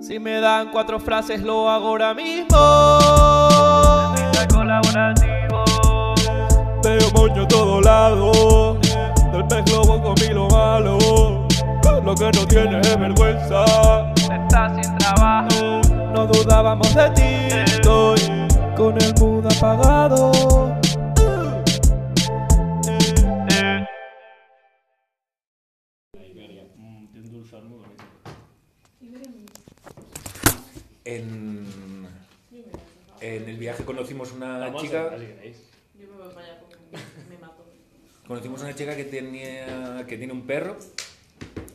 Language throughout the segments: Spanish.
Si me dan cuatro frases lo hago ahora mismo. colaborativo. Veo moño en todo lado. Del pez globo comí lo malo. Lo que no tiene es vergüenza. Estás sin trabajo. No dudábamos de ti. Estoy con el mood apagado. En, en el viaje conocimos una chica, Yo me voy para allá porque me- me mato. conocimos una chica que tenía que tiene un perro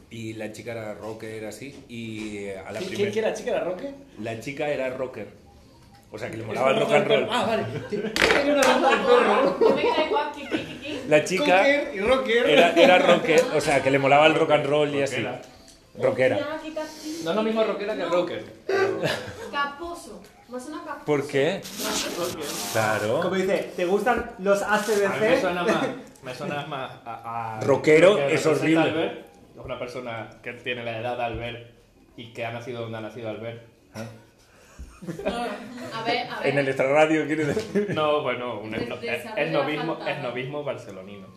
y la chica era rocker así y a la ¿Quién- primera ¿Quién quién era chica? ¿Era Roque? la chica era rocker. O sea, que le Es molaba el una rock cosa and del perro. roll. Ah, vale. Tenía una cosa del perro. Yo me quedé igual, que, que, que, que. La chica Cocker y Rocker. era, era rocker, o sea, que le molaba el rock and roll y así. Rockera. Mira, aquí casi- No es lo mismo rockera que No, rocker. Caposo. Más una caposo. ¿Por qué? Claro. Como dice, ¿te gustan los A mí me ACDC? suena más, me suena más a, a- Rockero que es representa horrible. Albert, una persona que tiene la edad de Albert y que ha nacido donde ha nacido Albert. A ver, a ver. En el extrarradio quiere decir. No, bueno, un Des- esno- es, desarrolla es novismo, faltada. es novismo barcelonino.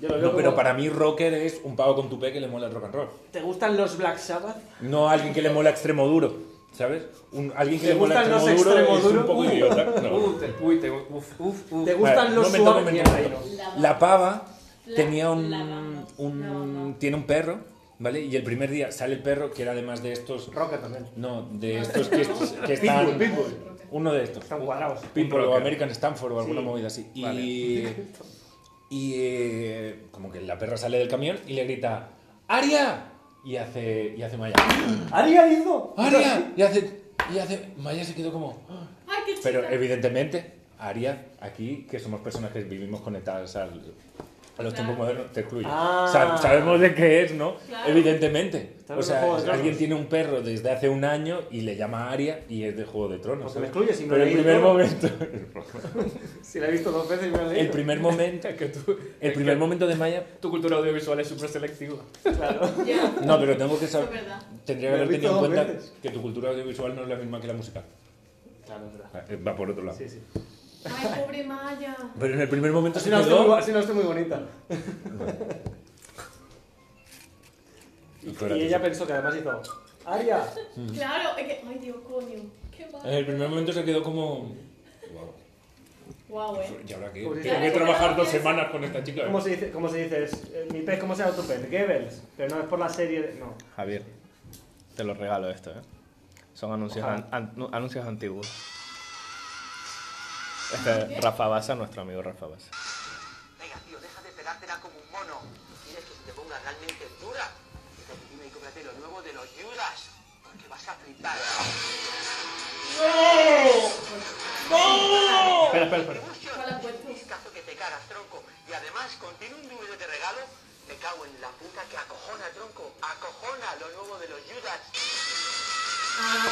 Yo lo veo No, pero como- para mí rocker es un pavo con tupé que le mola el rock and roll. ¿Te gustan los Black Sabbath? No alguien que le mola extremo duro, ¿sabes? Un- alguien que ¿Te le mola gustan los extremo duro extremo es un duro? poco Uh. idiota. No. Uh, te- uy, te, uf, uf, uf. ¿Te gustan Vale, los momento, suaves? momento, Mierda, ahí no. La pava La- tenía un, la banda, un- la banda. tiene un perro, ¿vale? Y el primer día sale el perro que era además de estos Rocker también. no, de estos que, que están Pitbull, pitbull. uno de estos. Están cuadrados. People o rocker. American Stanford o alguna movida así. Y, Vale. y eh, como que la perra sale del camión y le grita ¡Aria! Y hace, y hace Maya. ¿Haría hizo? ¡Aria! Y hace, y hace... Maya se quedó como... "Ah". Ay, qué chica. Pero evidentemente, Aria, aquí, que somos personas que vivimos conectadas al- a los tiempos modernos, te excluyo. Ah. Sab- sabemos de qué es, ¿no? Claro. Evidentemente. O Estamos en sea, Juego de Tronos. alguien tiene un perro desde hace un año y le llama Aria y es de Juego de Tronos. Porque me ¿sabes? excluye, si me Pero lo el he leído primer todo. momento... Si la he visto dos veces y me la he El leído. primer momento... Que tú- El es primer que momento de Maya... Tu cultura audiovisual es súper selectiva. Ya. No, pero tengo que Eso es saber... verdad. Tendría Me que haber lo tenido he en visto dos cuenta veces. que tu cultura audiovisual no es la misma que la musical. Claro, es verdad. Va por otro lado. Sí, sí. Ay, pobre Maya. Pero en el primer momento Así se no, estoy muy, quedó... bu- así no estoy muy bonita. Y, Espérate, y ella sí. pensó que además hizo. ¡Aria! Mm. Claro, es que. Ay, Dios, coño. Qué En mal. el primer momento se quedó como... "Guau". Guau, eh. ¿Y ahora qué? Pues sí. Tengo que trabajar dos semanas con esta chica. ¿Cómo se dice? ¿Cómo se dice? Es, eh, mi pez, ¿cómo se llama tu pez? Goebbels. Pero no es por la serie. de- No. Javier, te lo regalo esto, ¿eh? Son anuncios, Ojalá. anuncios antiguos. Este Rafa Baza, nuestro amigo Rafa Baza. Venga, tío, deja de pegártela como un mono. Tienes que se te ponga realmente dura. Este Vete a la oficina y cómprate lo nuevo de los Judas. Porque vas a flipar. Espera, espera, espera. Evolución. ¿Cuál has puesto? Discazo que te cagas, tronco. Y además, contiene un DVD de regalo. Me cago en la puta que acojona, tronco. Acojona lo nuevo de los Judas. Ah,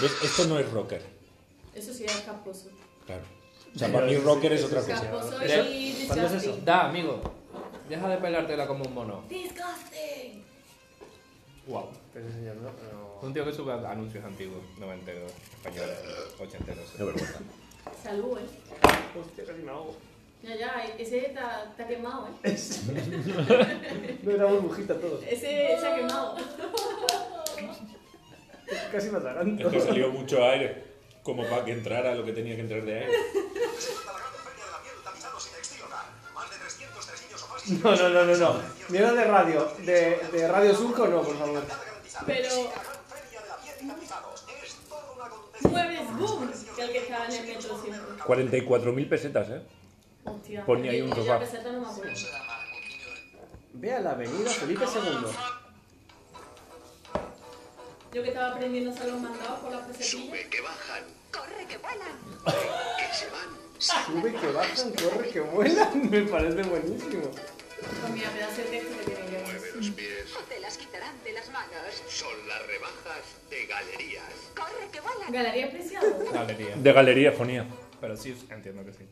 ¿Ves? Esto no es rocker. eso sí es caposo. Claro. O sea, para mí rocker es otra cosa. Caposo Pero- y ¿Cuándo es eso? disgusting. Da, amigo. Deja de pelártela como un mono. Disgusting. Wow. Te estoy enseñando, pero- Un tío que sube anuncios antiguos, noventeros, españoles, ochenteros. Qué vergüenza. Salud, eh. Hostia, casi me ahogo. Ya, ya, ese te ha te ha quemado, eh. No era burbujita todo. Ese Ah. se ha quemado. Casi me atraganto. Es que salió mucho aire. Como para que entrara lo que tenía que entrar de aire. No, no, no, no, no. Mierda de radio. De, de Radio Surco, no, por favor. Pero. Jueves Boom, que el que estaba en el metro siempre. 44.000 pesetas, ¿eh? Hostia. Ponía ahí un Yo- yo sofá. la peseta no me acuerdo. Ve a la avenida Felipe II. Yo que estaba aprendiendo a los mandados por las pesetillas. que bajan, Corre que vuelan. que se van. Sube, que bajan, corre, que vuelan. Me parece buenísimo. Con mi pedazo de texto que tiene que los pies. O te las quitarán de las manos. Son las rebajas de galerías. Corre que vuelan. Galería Preciado. Galería. De galería fonía. Pero sí, entiendo que sí.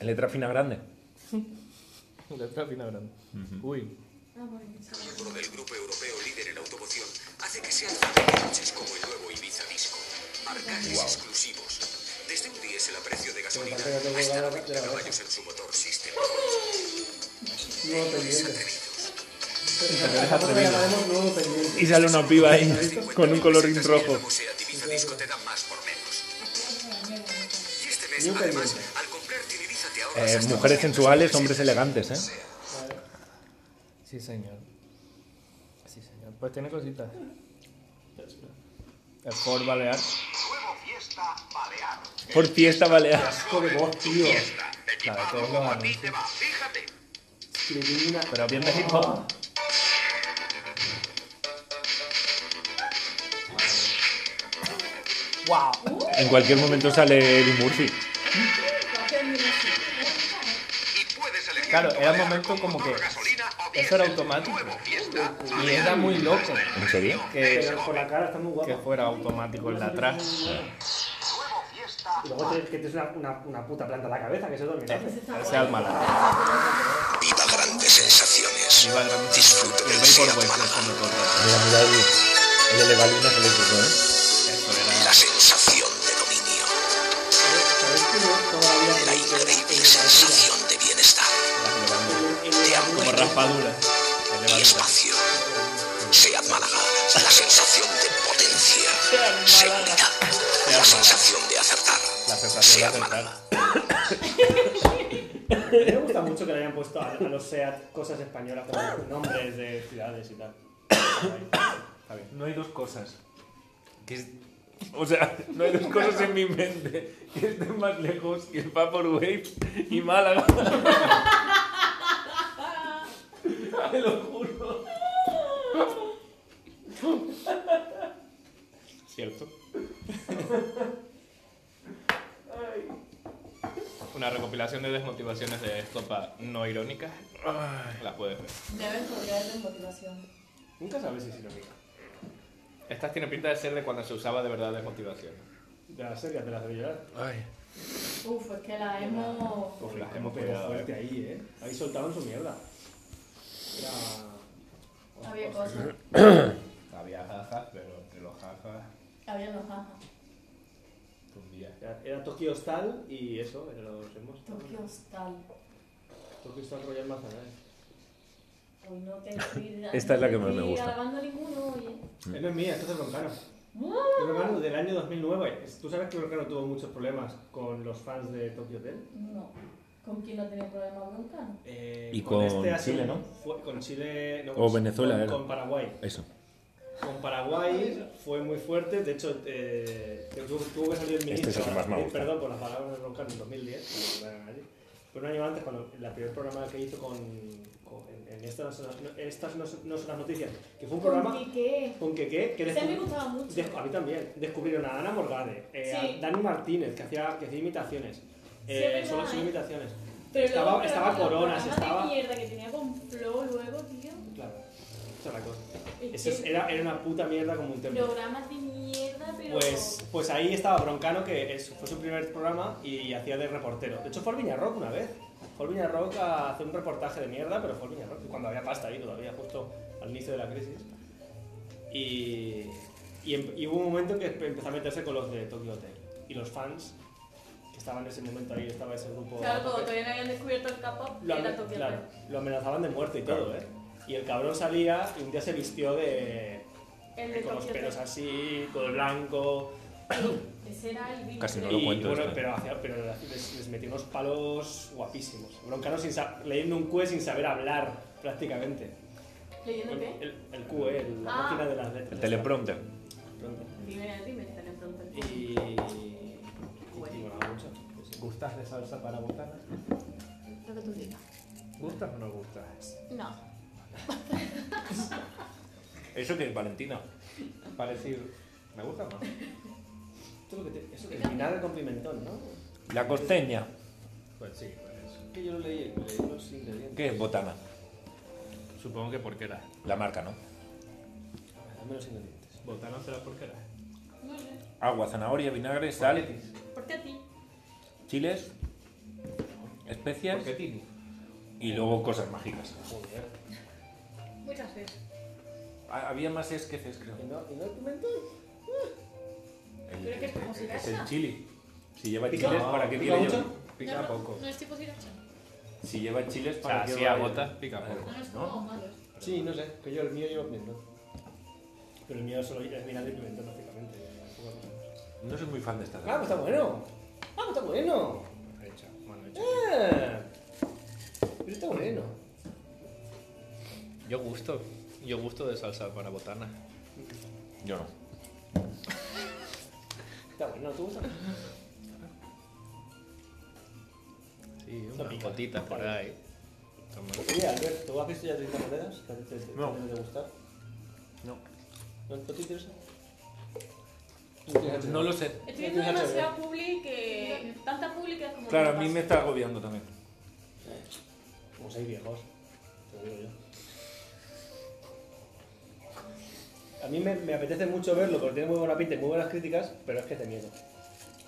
En letra fina grande. Letra fina grande. Uy. miembro del grupo europeo líder en automoción, hace que sean tan noches como el nuevo Ibiza Disco. Marcajes exclusivos. Desde un diésel a precio de gasolina Me parece que tengo hasta ganas 90 de la caballos en su motor System. Nuevo pendiente. Atrevidos. Nosotros le llamaremos nuevo pendiente. Y sale una piba ahí con un colorín rojo. Como sea, Ibiza Disco te da más por menos. Y este mes, New además, pendiente. al comprar tu Ibiza te ahorras Eh, hasta mujeres 200 sensuales, dólares. hombres elegantes, ¿eh? Sí, señor. Sí, señor. Pues tiene cositas. El Ford Balear. Nuevo Fiesta Balear. Por fiesta balear. Asco de voz, tío. Fiesta, Claro, equipado todos los como a ti te anuncios. va, fíjate. Escribí una- Pero bien de hip hop. ¡Wow! En cualquier momento sale Eddie Murphy. Y puedes elegir Claro, tu era un Balear momento con como motor que gasolina o eso era diésel. automático. Nuevo Fiesta Y Balear. era muy loco ¿En serio? que, Pero por la cara está muy que guapa. fuera automático el de atrás. Nuevo Fiesta Y luego te, que te es una, una, una puta planta a la cabeza, que eso es lo que hace. Ese Almalar. Viva grandes sensaciones. Viva el gran Disfruta El del Vapor Seat Wave es Málaga. como todo. Mira, mira ahí. El elevalunas eléctrico, ¿eh? Eso era. La sensación de dominio. ¿Sabéis que yo todavía La este creo que el- increíble sensación de bienestar. Eh, el- De el- Como amor raspadura. y espacio. Seat Málaga. La sensación de potencia. Seguridad. La sensación de acertar. La sensación de acertar. A mí me gusta mucho que le hayan puesto a, a los SEAT cosas españolas como nombres de ciudades y tal. No hay dos cosas. Que es- O sea, no hay dos cosas en mi mente que estén más lejos que el Vaporwave y Málaga. Te lo juro. ¿Cierto? Una recopilación de desmotivaciones de estopa no irónicas. Las puedes ver. Deben colgar de motivación. Nunca sabes si es irónica. Estas tienen pinta de ser de cuando se usaba de verdad desmotivación. De las series, de las de llorar. Uf, es que la hemos. Uf, las Como hemos pegó cuidado, fuerte ahí, ¿eh? Ahí soltaron su mierda. Era... Había cosas. Había jajas, pero entre los jajas, Había los jajas. un día. Era, era Tokyo Hostal y eso, era los hemos. Tokio Hostal. Tokyo Hostal Royal Manzanares. Hoy no te estoy Esta es la que más me estoy gusta. alabando a ninguno, oye. Eh, No es mía, esto es de Broncano. De Broncano del año 2009. Es- Tú sabes que Broncano tuvo muchos problemas con los fans de Tokyo Hotel. No. ¿Con quién no tenía problema broncano? Eh, Y con Chile, ¿no? Fue, con Chile. no, O con- Venezuela, con- era. Con Paraguay. Eso. Con Paraguay fue muy fuerte. De hecho, eh, tuvo, tuvo que salir el Este ministro. es el que más me eh, gusta. Perdón por las palabras de Broncano en 2010. no lo hagan allí. Pero un año antes, cuando el primer programa que hizo con. con- en, en estas, no son las- no- estas no son- no son las noticias. Que fue un programa. ¿Con qué? Con que, que, que Ese me descubrí- gustaba mucho. Des- a mí también. Descubrieron a Ana Morgade, eh, Sí. a Dani Martínez, que hacía, que hacía imitaciones. Sí, es Eh, verdad, solo hacía eh. imitaciones. Pero estaba- luego, estaba pero los Coronas, programas de estaba- mierda que tenía con Flow luego, tío. Claro, esa es la cosa. Es Eso es- que- era, era una puta mierda como un templo. Programas de mierda, pero. Pues, pues ahí estaba Broncano, que es- fue su primer programa y hacía de reportero. De hecho, fue al Viñarrock una vez. Fue al Viñarrock a hacer un reportaje de mierda, pero fue al Viñarrock, cuando había pasta ahí todavía, justo al inicio de la crisis. Y, y, em- y hubo un momento en que empezó a meterse con los de Tokyo Hotel. Y los fans, que estaban en ese momento ahí, estaba ese grupo... Claro, cuando todavía no habían descubierto el capa, Lo, era amen- Tokio claro, lo amenazaban de muerte y todo, ¿eh? Y el cabrón salía y un día se vistió de... El de con los Tokyo pelos Hotel. así, todo blanco... Ese era el vídeo. Casi no lo Y cuento bueno, esto. pero, hacia- pero les, les metió unos palos guapísimos. Broncano sin sa- leyendo un QE sin saber hablar, prácticamente. ¿Leyendo El, qué? el QE, el- la E? Ah. máquina de las letras. El teleprompter. Pronto. Dime, dime, estaré pronto. Y. y- Bueno. y molaba mucho. Sí. ¿Gustas de salsa para botanas? Lo que tú digas. ¿Gustas o no gustas? No. ¿Eso que es, Valentina? Parecido. ¿Me gusta o no? Esto es lo que te- eso que- el vinagre con pimentón, ¿no? La costeña. Pues sí, pues eso. Que yo lo leí, leí los ingredientes. ¿Qué es botana? Supongo que porqueras. La marca, ¿no? Ah, Dame los ingredientes. ¿Botanas será porqueras? No sé. Agua, zanahoria, vinagre, sal, ¿Por qué a ti? chiles, especias Porquetini. y luego cosas mágicas. Joder. Muchas veces. Ha- Había más es que ces, creo. ¿Y no, y no tú mentas? Pero es que es como si Es gacha. el chili. Si lleva ¿Pica? chiles, ¿para qué ¿Pica quiere mucho? yo? no, Pica no, poco. No es tipo sriracha. Si lleva chiles, O sea, ¿para qué así va a yo? botas pica poco. No es como malos. Sí, no sé, que yo el mío llevo pimiento. Pero el mío solo es vinagre y pimiento prácticamente. poca cosa más. No soy muy fan de esta Ah, pues está bueno. Ah, pues está bueno. Hecha, mano hecha. Ah, pero está bueno. Yo gusto. Yo gusto de salsa para botana. Yo no. Está bueno, ¿tú gusta? Sí, Está unas pica. gotitas por ahí. Toma. Mira, Albert, ¿tú has visto ya 30 monedas? ¿Te, te, te, No. te debe de gustar? No. ¿No ¿No te interesa? No, tienes No lo sé. Estoy viendo Tienes demasiada publi que. Tanta publi que es como. Claro, a que mí me pasa. está agobiando también. Como seis viejos, te lo digo yo. A mí me, me apetece mucho verlo porque tiene muy buena pinta y muy buenas críticas, pero es que es de miedo.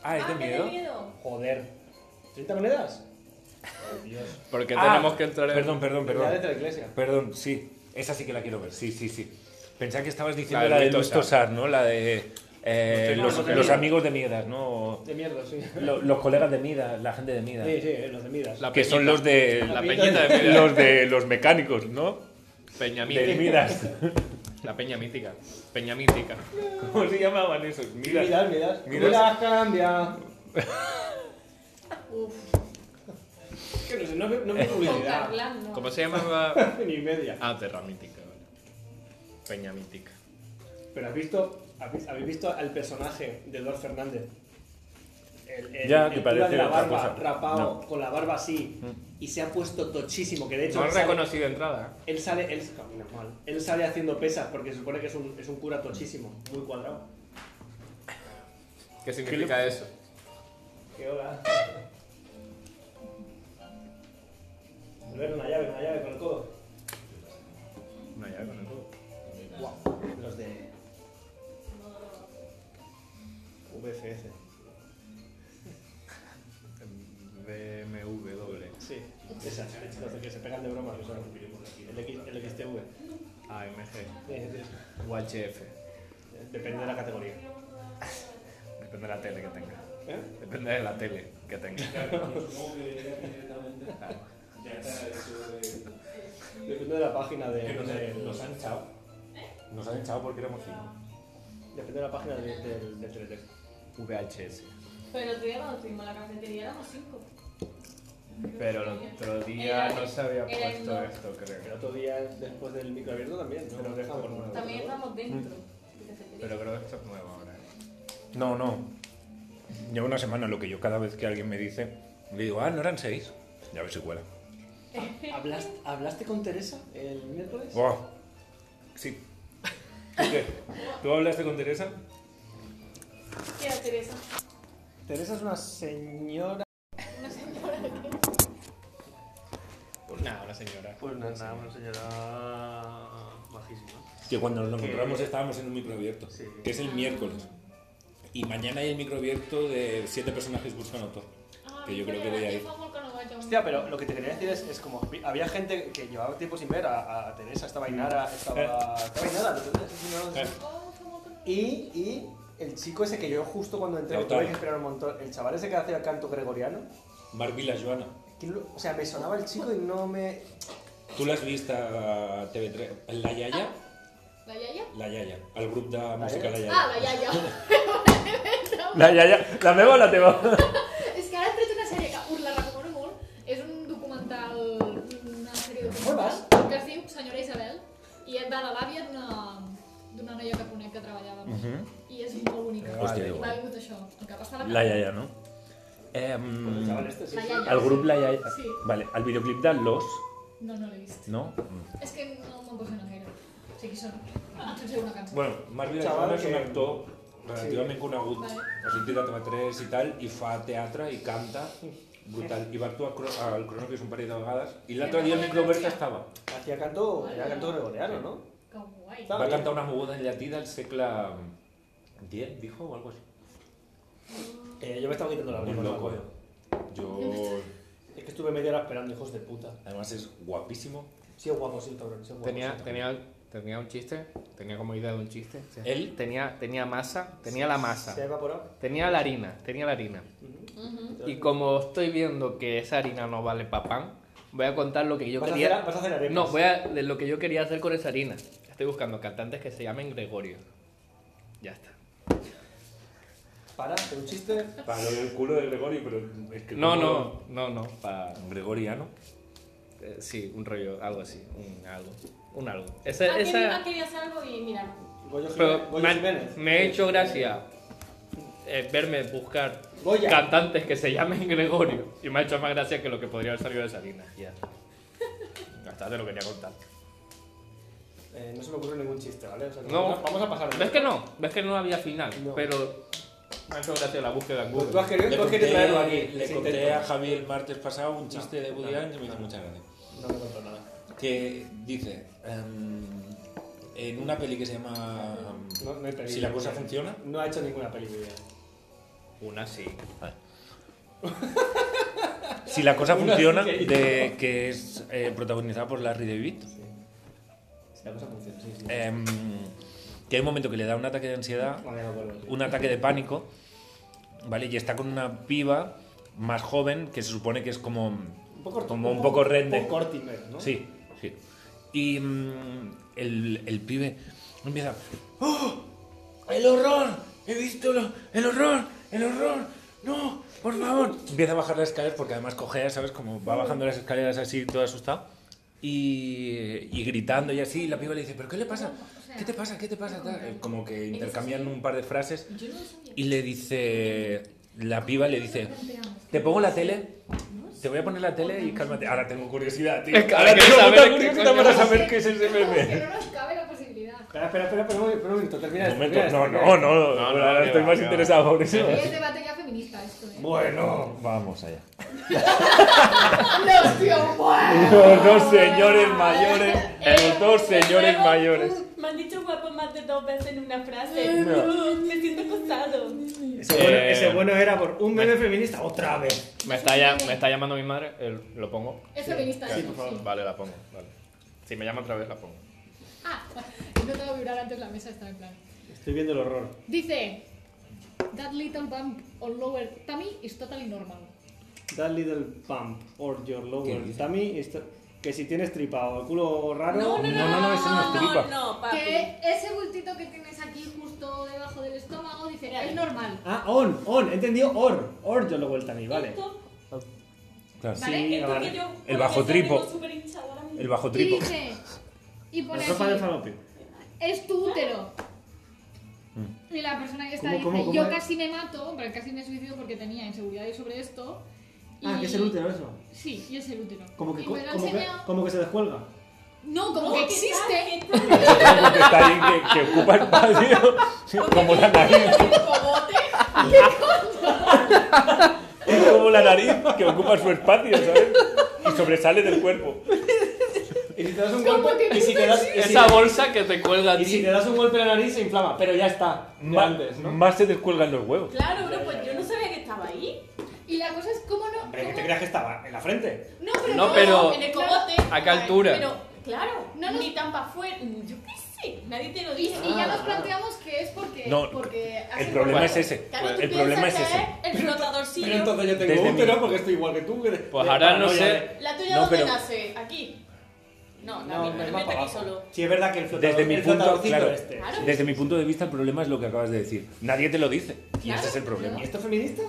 Ah, ¿es Ah, de que miedo? miedo. Joder. ¿30 monedas? Oh, Dios. Porque Ah, tenemos que entrar en... Perdón, perdón, Venía perdón. desde la iglesia. Perdón, sí. Esa sí que la quiero ver. Sí, sí, sí. Pensaba que estabas diciendo La la de de Luis Luis Tosar. Tosar, ¿no? La de eh, No, los, no, no, los no. amigos de Miedas, ¿no? De mierda, sí. Lo- Los, colegas de Midas, la gente de Midas. Sí, sí, los de Midas. La Que son los de La peñita. peñita de Midas. los de los mecánicos, ¿no? Peña De mítica. Midas. La peña mítica. Peña mítica. ¿Cómo se llamaban esos? Midas. Midas, Midas. Midas. Midas cambia. Uf, Que no sé, no, veo- no me con publicidad. Carlán, no. ¿Cómo se llamaba? Ni media. Ah, Terra Mítica, vale. Peña Mítica. Pero has visto, habéis habéis visto al personaje de Eduardo Fernández. El, el, Ya, el que cura parece de la otra barba, cosa. rapado, No. Mm. con la barba así, y se ha puesto tochísimo, que de hecho No él, he sale, reconocido entrada. ¿eh? él sale, él, camina mal. él sale haciendo pesas porque se supone que es un, es un cura tochísimo, muy cuadrado. ¿Qué significa eso? Que hola. Ver una llave, una llave con el codo. No, ya con el culo. Los de. VFS. BMW. Sí, esas, los de que se pegan de broma, que son el, X, el XTV. AMG. Eh, UHF. Depende de la categoría. Depende de la tele que tenga. ¿Eh? Depende de la tele que tenga. Depende de la página de. de- han echado. Nos han echado porque éramos finos. depende de la página de- del, del Teletexto. VHS. Pero el otro día cuando estuvimos en la cafetería éramos cinco. Pero el otro día Era- no se había era puesto indoor. esto, El creo. otro día, después del micro abierto también, ¿no? Pero dejamos. ¿no? También estamos dentro. de cafetería. Pero creo que esto es nuevo ahora. No, no. Llevo una semana lo que yo cada vez que alguien me dice, le digo, ah, no eran seis. Ya ves si cuela. ¿Hablaste, ¿Hablaste con Teresa el miércoles? Buah. Sí. ¿Tú qué? ¿Tú hablaste con Teresa? ¿Qué hacer eso? Teresa es una señora. Nada, una señora. Pues nada, una señora. majísima. Que cuando nos lo Que- encontramos estábamos en un microabierto, Sí. que es el miércoles. Y mañana hay el microabierto de siete personajes buscan autor. Ah, Que yo creo que voy a ir. Hostia, pero lo que te quería decir es, es como vi- había gente que llevaba tiempo sin ver a, a Teresa, estaba Inara, estaba, estaba Inara, ¿lo entendés? Es una- Oh, Y, y el chico ese que yo justo cuando entré me tuve Lautaro. que esperar un montón, el chaval ese que hace el canto gregoriano, Marvin la Joana. que no- o sea, me sonaba el chico y no me... ¿Tú l'has vist a TV3? La iaia? ¿La Yaya? La iaia. El grup de música La iaia. Ah, la Yaya. Ah, La iaia. La meva o la teva? és que ara hem tret una sèrie que us la recomano molt. És un documental, una sèrie documental, que es diu Senyora Isabel, i és de la l'àvia d'una d'una noia que conec que treballava. Uh -huh. I és molt bonica. Mhm. Hòstia, que I m'ha guai. vingut això, el que passa a la La cara. iaia, no? Eh, El chaval mm, este sí. La iaia. el grup La iaia. Sí. Vale, el videoclip de Los, No, no l'he vist. no? Mm. És que no me'n cogen gaire. O sigui, són... Potser sé una cançó. Bueno, Marvin la Chaval Joana és un que- actor relativament conegut. Vale. Ha sortit a TV3 i tal, i fa teatre i canta. Brutal. I va actuar al Cro- al Cronopios un parell de vegades. I em l'altre dia al microobert estava. Hacía canto, era canto gregoriano, ¿no? Que guai. Está Va bien. cantar una moguda en llatí del segle X, dijo, o algo así. Eh, yo me estaba quitando la Muy broma. loco, eh. Yo... Es que estuve media hora esperando, hijos de puta. Además es guapísimo. Sí, es guapo, sí, cabrón. Sí, es guapo, Tenía, sí, tenía, tenía un chiste, tenía como idea de un chiste. O sea, ¿Él? Tenía, tenía masa, tenía la masa, ¿Se ha evaporado? tenía la harina, tenía la harina. Y como estoy viendo que esa harina no vale para pan, voy a contar lo que yo ¿Vas a quería. hacer- vas a hacer arepas? no, voy a de lo que yo quería hacer con esa harina. Estoy buscando cantantes que se llamen Gregorio. Ya está. Para, ¿es un chiste? Para lo del culo de Gregorio, pero es que... No, como- no, no, no. pa- Gregoriano. eh, sí, un rollo, algo así, un algo, un algo. Esa, Aquí esa- viva querías algo y mira. Goyo Pero Jiménez. me, Goyo Jiménez. ha- me ha hecho gracia eh, verme buscar Goya. cantantes que se llamen Gregorio. Y me ha hecho más gracia que lo que podría haber salido de Salinas. Ya. Hasta te lo quería contar. Eh, no se me ocurre ningún chiste, ¿vale? O sea, que No. vamos a- Vamos a pasar. ¿Ves que no? ¿Ves que no había final? No. Pues Pero me ha hecho gracia la búsqueda en Tú Google. has querido, Le tú has querido conté, traerlo aquí. le Sí, conté intento. a Javi el martes pasado un chiste de Woody Allen que me hizo mucha gracia. No me contó nada. Que dice, em, en una peli que se llama em, No, no he pedido. Si la cosa funciona, No ha hecho ninguna película. Una sí. Si la cosa Una funciona, que hizo. de, que es eh, protagonizada por Larry David, Si la cosa funciona, sí, sí. em, que hay un momento que le da un ataque de ansiedad, No me acuerdo. un ataque de pánico, ¿vale? Y está con una piba más joven que se supone que es como un como un poco redneck. Un poco Ortimer, ¿no? Sí, sí. Y mm, el, el pibe empieza. ¡Oh! ¡El horror! ¡He visto lo- el horror! ¡El horror! ¡No! ¡Por favor! Empieza a bajar las escaleras porque además cojea, ¿sabes? Como va bajando las escaleras así, todo asustado. Y, y gritando y así. Y la piba le dice: ¿Pero qué le pasa? ¿Qué te pasa? ¿Qué te pasa? Tal. Eh, Como que intercambian un par de frases. Yo no lo sabía. Y le dice. La piba le dice: ¿Te pongo la tele? Te voy a poner la tele y cálmate. Ahora tengo curiosidad, tío. Es que Ahora ahora tengo quiero saber mucha qué curiosidad coño para es. saber qué es ese Que meme. no nos cabe la posibilidad. Espera, espera, espera, espera, un momento, espera un momento, termina Un esto, momento. termina esto, No, termina no, no. esto. no, Ahora estoy más interesado por eso. Es debate ya feminista esto, ¿eh? Bueno, vamos allá. ¡Los tíos buenos! Los dos señores mayores. Los dos señores Luego, mayores. Eh, uh, Eh, Me han dicho guapo más de dos veces en una frase. Uh, me siento acosado. Ese, bueno, Eh, ese bueno era por un meme feminista otra vez. Me está, ya- me está llamando mi madre, el- lo pongo. Es feminista Sí, eso, por favor. Vale, la pongo. Vale. Si me llama otra vez, la pongo. Ah, he intentado vibrar antes la mesa, está en plan. Estoy viendo el horror. Dice: That little bump on lower tummy is totally normal. That little pump or your lower tummy is to- que si tienes tripa o el culo raro. No, no, no, no, no, eso no es no, tripa. no, papi. Que ese bultito que tienes aquí justo debajo del estómago, dice: Es normal. Ah, on, on, he entendido or, or your lower tummy, vale. Esto, ¿Vale? Sí, esto vale. que yo, El bajo tripo. El El bajo Y tripo. dice: Y pone La ropa de aquí, falopio. es tu útero. Y la persona que está Mm. ¿Cómo, dice, cómo, cómo yo es? casi me mato, pero casi me suicido porque tenía inseguridades sobre esto. Y... Ah, que es el útero eso. Sí, y es el útero. Como que, y me lo ha como que, enseñado- como que se descuelga. No, como que existe. Como que está ahí, que, que ocupa espacio. Como la nariz. Es como la nariz que ocupa su espacio, ¿sabes? Y sobresale del cuerpo. Y si te das un Como golpe, que y si te das, y si- Esa bolsa que te cuelga a y si ti. te das un golpe en la nariz se inflama, pero ya está. de Ma- antes, ¿no? Más se descuelgan los huevos. Claro, bro, pues yo no sabía que estaba ahí. Y la cosa es, ¿cómo no? Hombre, ¿qué te cómo- creas que estaba? ¿En la frente? No, pero, No, pero- en el cogote. ¿A qué altura? Pero, claro, No, no. ni tan para afuera. Yo qué sé, nadie te lo Y, dice. y Ah, ya Ah, nos planteamos que es porque... Eh, No, porque El hace problema poco- es ese. Claro, tú El problema es piensas ese. que es El flotadorcillo. Pero entonces yo tengo Desde un mi- pero porque estoy igual que tú. que de- Pues de ahora no paranoia, sé. de- ¿La tuya No, dónde pero- nace? ¿Aquí? No, la No, mía, me no me aquí mapa abajo. solo. Sí, es verdad que el flotador, Desde mi el punto, flotadorcito claro, este. Claro. desde mi punto de vista el problema es lo que acabas de decir. Nadie te lo dice. Y ese es el problema. ¿Y esto es feminista?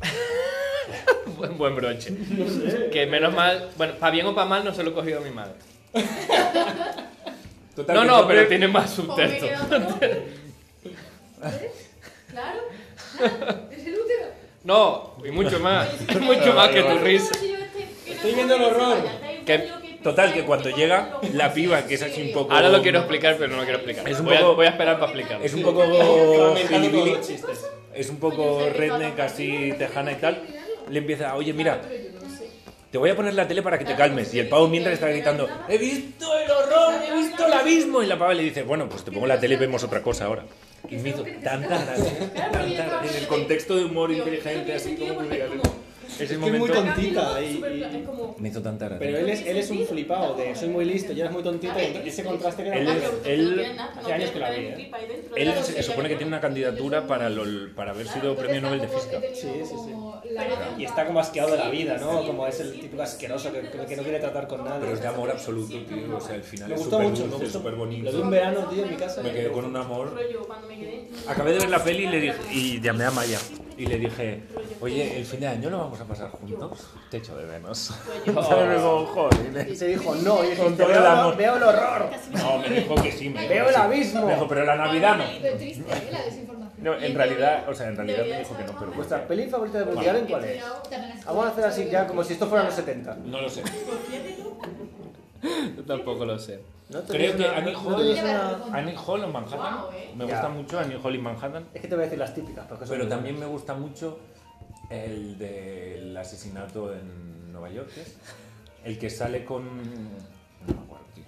Buen, buen broche. No sé. Que menos mal, bueno, para bien o para mal no se lo he cogido a mi madre. Total, No, que no, entonces- pero tiene más como que subtexto. queda otro nombre. ¿Ves? Claro. Ah, Es el útero. No, y mucho más. mucho más que tu risa. Estoy viendo el horror. Que- total, que cuando llega la piba, que es así un poco... Ahora lo quiero explicar, pero no lo quiero explicar. Es un voy, a, poco- voy a esperar para explicarlo. Es un Que va poco mezclando todos Oh, gilibili, los chistes. es un poco redneck así, tejana y tal. Le empieza, oye, mira, te voy a poner la tele para que te calmes. Y el pavo mientras está gritando, he visto el horror, he visto el abismo. Y la pava le dice, bueno, pues te pongo la tele y vemos otra cosa ahora. Y me hizo tanta gracia, tanta gracia. En el contexto de humor inteligente, así como muy como, violento. Es el que es muy momento- tontita. y- Súper y- pla- es como- Me hizo tanta gracia. Pero él es, él es un flipado de soy muy listo y eres muy tontita. y ese contraste que Él era- es- No él- tiene nada, no hace años tiene que la nada vi, de ¿eh? tripa ahí dentro. Él Claro, se, se que supone que tiene una candidatura para, lo- para haber sido premio Nobel de Física. Sí, sí, sí. La- Y está como asqueado de la vida, ¿no? siempre, Como es el siempre, típico asqueroso que, que no quiere tratar con nadie. Pero es de amor absoluto, tío. O sea, el final Me es gustó súper mucho, me dulce, gustó. súper Lo de bonito. un verano, tío, en mi casa. Me quedé con un amor. rollo, cuando me quedé- Acabé de ver la peli y, le dije- y llamé a Maya. Y le dije, oye, el fin de año lo vamos a pasar juntos. Te echo de menos. ¿Sabes? Como, joder. Y se dijo no, y Con dijiste, todo el veo, amor. veo el horror. No, me dijo que sí. Me dijo Veo que el sí. abismo. Me dijo, pero la Navidad no. Qué triste, ¿eh? La desinformación. No, en realidad, o sea, en realidad me dijo que no, pero ¿Vuestra bueno. peli favorita de mundial en cuál es? Vamos a hacer así ya, como si esto fuera los 70. No lo sé. Yo tampoco lo sé. ¿No tenéis Creo que una- Annie no Hall, tenéis una- Annie Hall en Manhattan. Guau, eh. Me Ya. gusta mucho Annie Hall en Manhattan. Es que te voy a decir las típicas. porque son Pero muy también me gusta mucho el del asesinato en Nueva York, que es el que sale con... No me acuerdo, tío.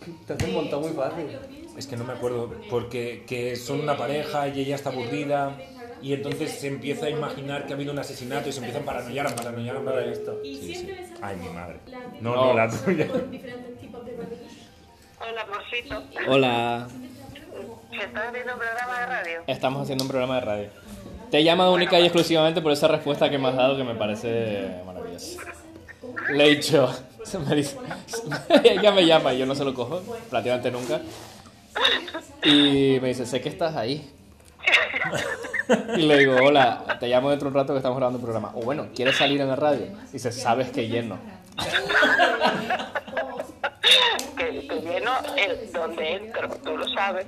buenas. Te has desmontado muy fácil. Es que no me acuerdo, porque que son una pareja y ella está aburrida y entonces se empieza a imaginar que ha habido un asesinato y se empiezan a paranoiar, a paranoiar, a paranoiar. Esto. Y Sí, siempre sí. me sale Ay, mi como madre. la típica No, no, la tuya. Con diferentes tipos de papelillos. Hola, amorcito. Hola, ¿Se está abriendo un programa de radio? estamos haciendo un programa de radio. Te llamo única y exclusivamente por esa respuesta que me has dado que me parece maravillosa. Le he dicho, se me dice- ella me llama y yo no se lo cojo, prácticamente nunca. Y me dice, sé que estás ahí. Y le digo, hola, te llamo dentro de un rato que estamos grabando un programa. O bueno, ¿quieres salir en la radio? Y dice, sabes que lleno. Que, que lleno el, donde entro, tú lo sabes.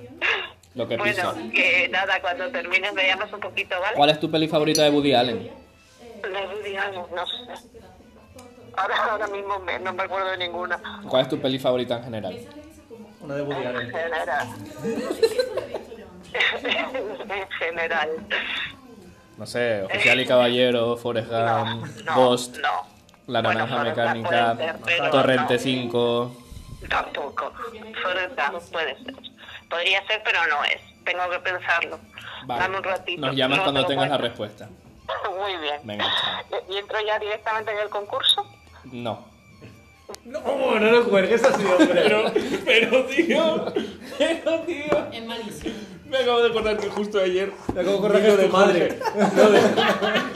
Lo que piso. Bueno, que nada, cuando termines me llamas un poquito, ¿vale? ¿Cuál es tu peli favorita de Woody Allen? La Woody Allen, no sé. Ahora, ahora mismo me- no me acuerdo de ninguna. ¿Cuál es tu peli favorita en general? Una de Woody En Allen. general. en general. No sé, Oficial y Caballero, Forrest Gump, No, Ghost, no, La Bueno, Naranja Forrest Gump Mecánica, puede ser, pero Torrente no. 5. tampoco. Fruta, puede ser. Podría ser, pero no es. Tengo que pensarlo. Dame un ratito. Nos llamas No cuando te lo tengas la cuento. respuesta. Muy bien. Venga, chao. ¿Y entro ya directamente en el concurso? No. No, no lo cuelgues así, hombre. Pero, pero, tío, pero, tío, Es malísimo. me acabo de acordar que justo ayer Me acabo de acordar que es tu madre.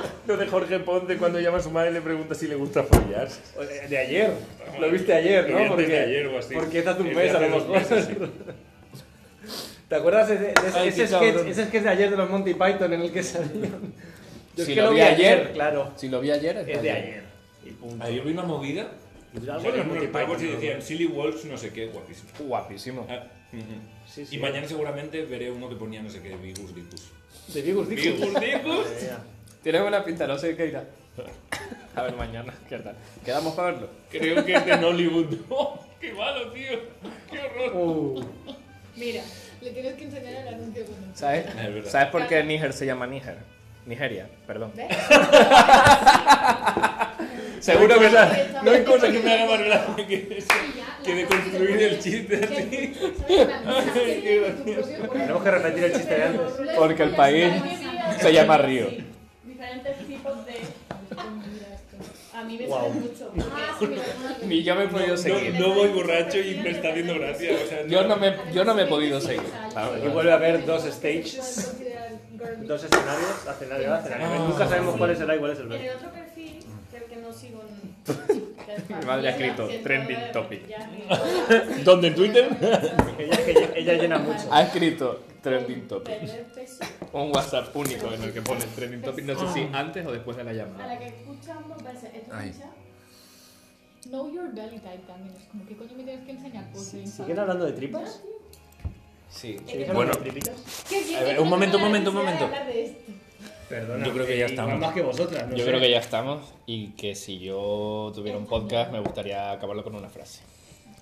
Lo de Jorge Ponte cuando llama a su madre y le pregunta si le gusta follar. Eh, De ayer. Lo viste ayer, Lo vi ¿no? antes de ayer o así. Porque es hace un Es de mes, a hace lo dos mejor. meses, sí. ¿Te acuerdas de, de- de ese- Ay, qué ese, sketch, cabrón. ese sketch de ayer de los Monty Python en el que salían? Yo es Si que lo vi ayer, claro. Si lo vi ayer, Es de ayer. Y punto. Ayer vi una movida. Salían unos pavos y decían Silly Walsh no sé qué, guapísimo. Guapísimo. Ah, ujú. Sí, sí. Y mañana seguramente veré uno que ponía no sé qué, Vigus Dicus. De Vigus Dicus. ¿Vigus Dicus? Tienes buena pinta, no sé qué irá. A ver, mañana, ¿qué tal? Quedamos para verlo. Creo que es de Nollywood. ¡Oh, ¡Qué malo, tío! ¡Qué horror! Uh, Mira, le tienes que enseñar el anuncio pues, cuando entres. ¿Sabes? Es verdad. ¿Sabes por qué Níger se llama Níger? Nigeria, perdón. ¿Ves? Seguro que sabes. No hay cosa que me haga más gracia que eso. Que de construir el chiste así. tenemos que repetir el chiste de antes. Porque el país se llama Río. Sí, Diferentes tipos de. A mí me sale mucho. Ah, sí, mira, una Ni yo me he podido No, seguir. no voy borracho y me está haciendo gracia. O sea, Yo no me, yo no me he podido seguir. Ah, la Aquí verdad. vuelve a haber dos stages, vez. dos escenarios, escenario A, escenario B. Ah. Nunca sabemos cuál será y cuál es el En B. el otro perfil, creo que no sigo en. Mi madre ha escrito trending topic. ¿Dónde en Twitter? Ella, que lle- ella llena mucho. Ha escrito trending topic. Un WhatsApp único en el que pone trending topic. No sé si antes o después de la A llamada. la que escuchan dos veces. ¿Esto Ay. escucha? Know your belly type también. Es como, ¿qué coño me tienes que enseñar? Pues, ¿eh? ¿Siguen hablando de tripas? Sí. ¿Siguen Bueno. hablando de tripitas? ¿Qué bien A ver, que un momento, un tengo la momento, un necesidad de momento. hablar de esto. Perdona. Yo creo que ya eh, igual estamos. más que vosotras, no Yo sé. creo que ya estamos y que si yo tuviera un podcast me gustaría acabarlo con una frase.